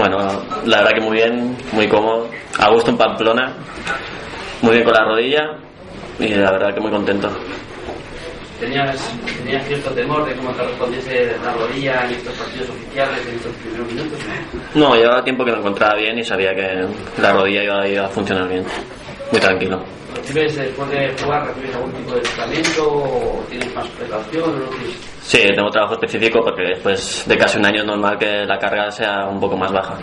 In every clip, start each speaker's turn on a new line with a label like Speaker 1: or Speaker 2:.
Speaker 1: Bueno, la verdad que muy bien, muy cómodo. A gusto en Pamplona, muy bien con la rodilla y la verdad que muy contento.
Speaker 2: ¿Tenías, tenías cierto temor de cómo te respondiese la rodilla en estos partidos oficiales, en estos primeros minutos?
Speaker 1: No, llevaba tiempo que me encontraba bien y sabía que la rodilla iba, iba a funcionar bien, muy tranquilo.
Speaker 2: ¿Recibes después de jugar, recibes algún tipo de tratamiento o tienes más precaución? o no tienes?
Speaker 1: Sí, tengo trabajo específico porque después de casi un año es normal que la carga sea un poco más baja.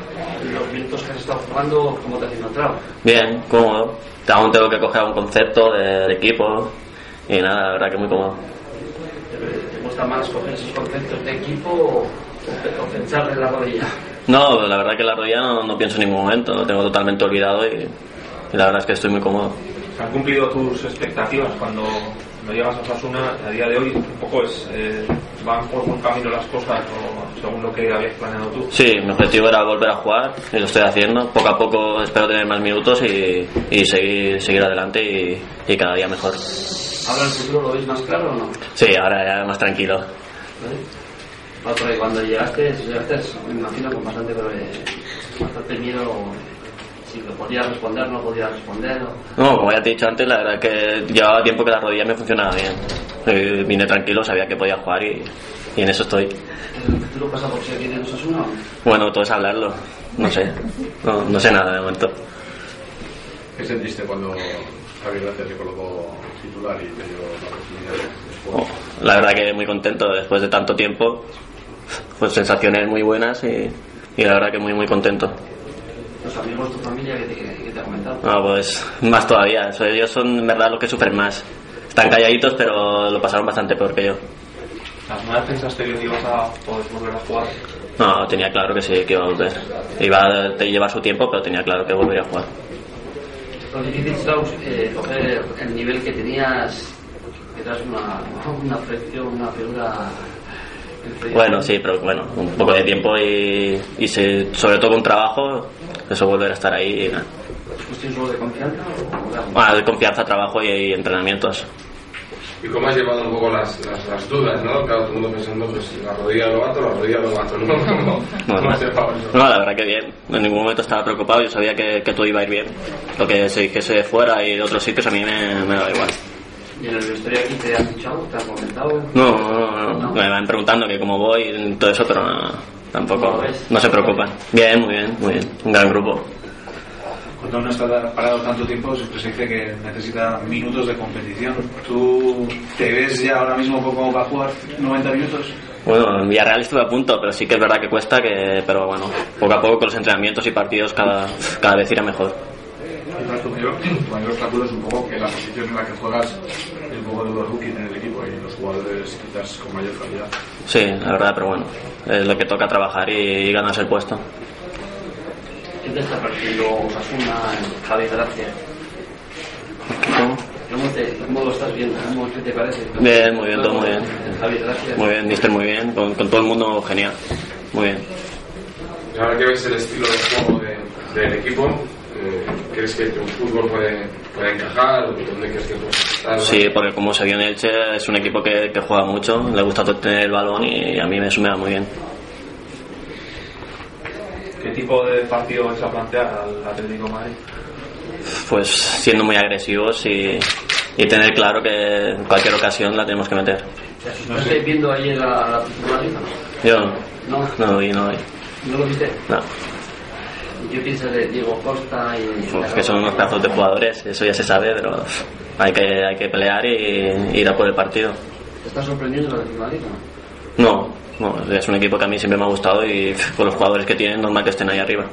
Speaker 2: Los minutos que has estado jugando, ¿cómo te has encontrado?
Speaker 1: Bien, cómodo. Aún tengo que coger un concepto del equipo y nada, la verdad que muy cómodo.
Speaker 2: ¿Te, te gusta más coger esos conceptos de equipo o, o pensar en la rodilla?
Speaker 1: No, la verdad que la rodilla no, no pienso en ningún momento, lo tengo totalmente olvidado y, y la verdad es que estoy muy cómodo.
Speaker 3: ¿Se han cumplido tus expectativas cuando, cuando llegas a Osasuna? A día de hoy, un poco es, eh, van por buen camino las cosas o según lo que habías planeado tú.
Speaker 1: Sí, mi objetivo era volver a jugar y lo estoy haciendo. Poco a poco espero tener más minutos y, y seguir, seguir adelante y, y cada día mejor.
Speaker 2: ¿Ahora el futuro lo veis más claro o no?
Speaker 1: Sí, ahora ya más tranquilo.
Speaker 2: ¿Eh? No, porque cuando llegaste, llegaste, me imagino con bastante, eh, bastante miedo si lo podías responder, no podías responder. o-
Speaker 1: No, como ya te he dicho antes, la verdad que llevaba tiempo que la rodilla me funcionaba bien. Eh, Vine tranquilo, sabía que podía jugar y, y en eso estoy.
Speaker 2: ¿El futuro pasa por si aquí en Osasuna? o no?
Speaker 1: Bueno, todo es hablarlo. No sé. No, no sé nada de momento.
Speaker 4: ¿Qué sentiste cuando Javier García se colocó titular y te dio la oportunidad después?
Speaker 1: Oh, la verdad que muy contento después de tanto tiempo. Pues sensaciones muy buenas y, y la verdad que muy, muy contento.
Speaker 2: ¿Los amigos, tu familia que te, que te ha comentado?
Speaker 1: No, pues más todavía. So, Ellos son en verdad los que sufren más. Están calladitos, pero lo pasaron bastante peor que yo.
Speaker 3: ¿Alguna vez pensaste que ibas a poder volver a jugar?
Speaker 1: No, tenía claro que sí, que iba a volver. Iba a llevar su tiempo, pero tenía claro que volvería a jugar.
Speaker 2: Lo difícil es eh, coger el nivel que tenías, que eras una, una figura... Una figura
Speaker 1: Bueno, sí, pero bueno, un poco de tiempo y, y se- sobre todo con trabajo, eso volver a estar ahí. y nada.
Speaker 2: ¿Cuestión solo de confianza o de algo?
Speaker 1: Bueno, de confianza, trabajo y, y entrenamientos.
Speaker 5: ¿Y cómo has llevado un poco las, las, las dudas, no? Claro, todo el mundo pensando, pues la rodilla lo mato, la rodilla lo mato, ¿no? ¿Cómo, cómo has llevado eso?
Speaker 1: No, la verdad que bien. En ningún momento estaba preocupado, yo sabía que, que todo iba a ir bien. Lo que se dijese de fuera y de otros sitios a mí me, me daba igual.
Speaker 2: ¿Y en el vestuario aquí te han dicho algo? ¿Te han comentado?
Speaker 1: No, no, no, me van preguntando que cómo voy y todo eso, pero no, tampoco, no se preocupan. Bien, muy bien, muy bien. Un gran grupo.
Speaker 6: Cuando uno está parado tanto tiempo, pues se dice que necesita minutos de competición. ¿Tú te ves ya ahora mismo como para jugar 90 minutos?
Speaker 1: Bueno, en Villarreal estuve a punto, pero sí que es verdad que cuesta, que, pero bueno, poco a poco con los entrenamientos y partidos cada, cada vez irá mejor.
Speaker 4: Quizás tu mayor, tu mayor obstáculo es un poco que la posición en la que juegas es un poco de los rookies en el equipo y los jugadores quizás con mayor calidad.
Speaker 1: Sí, la verdad, pero bueno, es lo que toca trabajar y, y ganarse el puesto.
Speaker 2: ¿Qué te está pareciendo Osasuna, Javi Gracia? ¿Cómo, te, ¿Cómo lo estás viendo? ¿Cómo, ¿Qué te parece?
Speaker 1: Bien, muy bien, todo muy bien.
Speaker 2: Javi Gracia.
Speaker 1: Muy bien, Mister, muy bien, con, con todo el mundo genial. Muy bien.
Speaker 5: Y ahora que ves el estilo de juego de- del equipo, eh, ¿crees que tu fútbol puede, puede encajar? ¿O ¿Dónde crees que puedes estar?
Speaker 1: Sí, porque como se vio en Elche, es un equipo que, que juega mucho, le gusta tener el balón y a mí eso me da muy bien.
Speaker 3: ¿Qué tipo de partido vas a plantear al Atlético de Madrid?
Speaker 1: Pues siendo muy agresivos y, y tener claro que en cualquier ocasión la tenemos que meter.
Speaker 2: ¿Te asustaste viendo ayer a la titularidad?
Speaker 1: Yo no,
Speaker 2: No,
Speaker 1: no lo vi, no lo vi.
Speaker 2: no lo viste.
Speaker 1: No.
Speaker 2: Yo pienso de Diego Costa y...
Speaker 1: Pues que son unos pedazos de jugadores, eso ya se sabe, pero hay que, hay que pelear y ir a por el partido.
Speaker 2: ¿Te está sorprendiendo la titularidad? no?
Speaker 1: No, no, es un equipo que a mí siempre me ha gustado y pff, con los jugadores que tienen, normal que estén ahí arriba.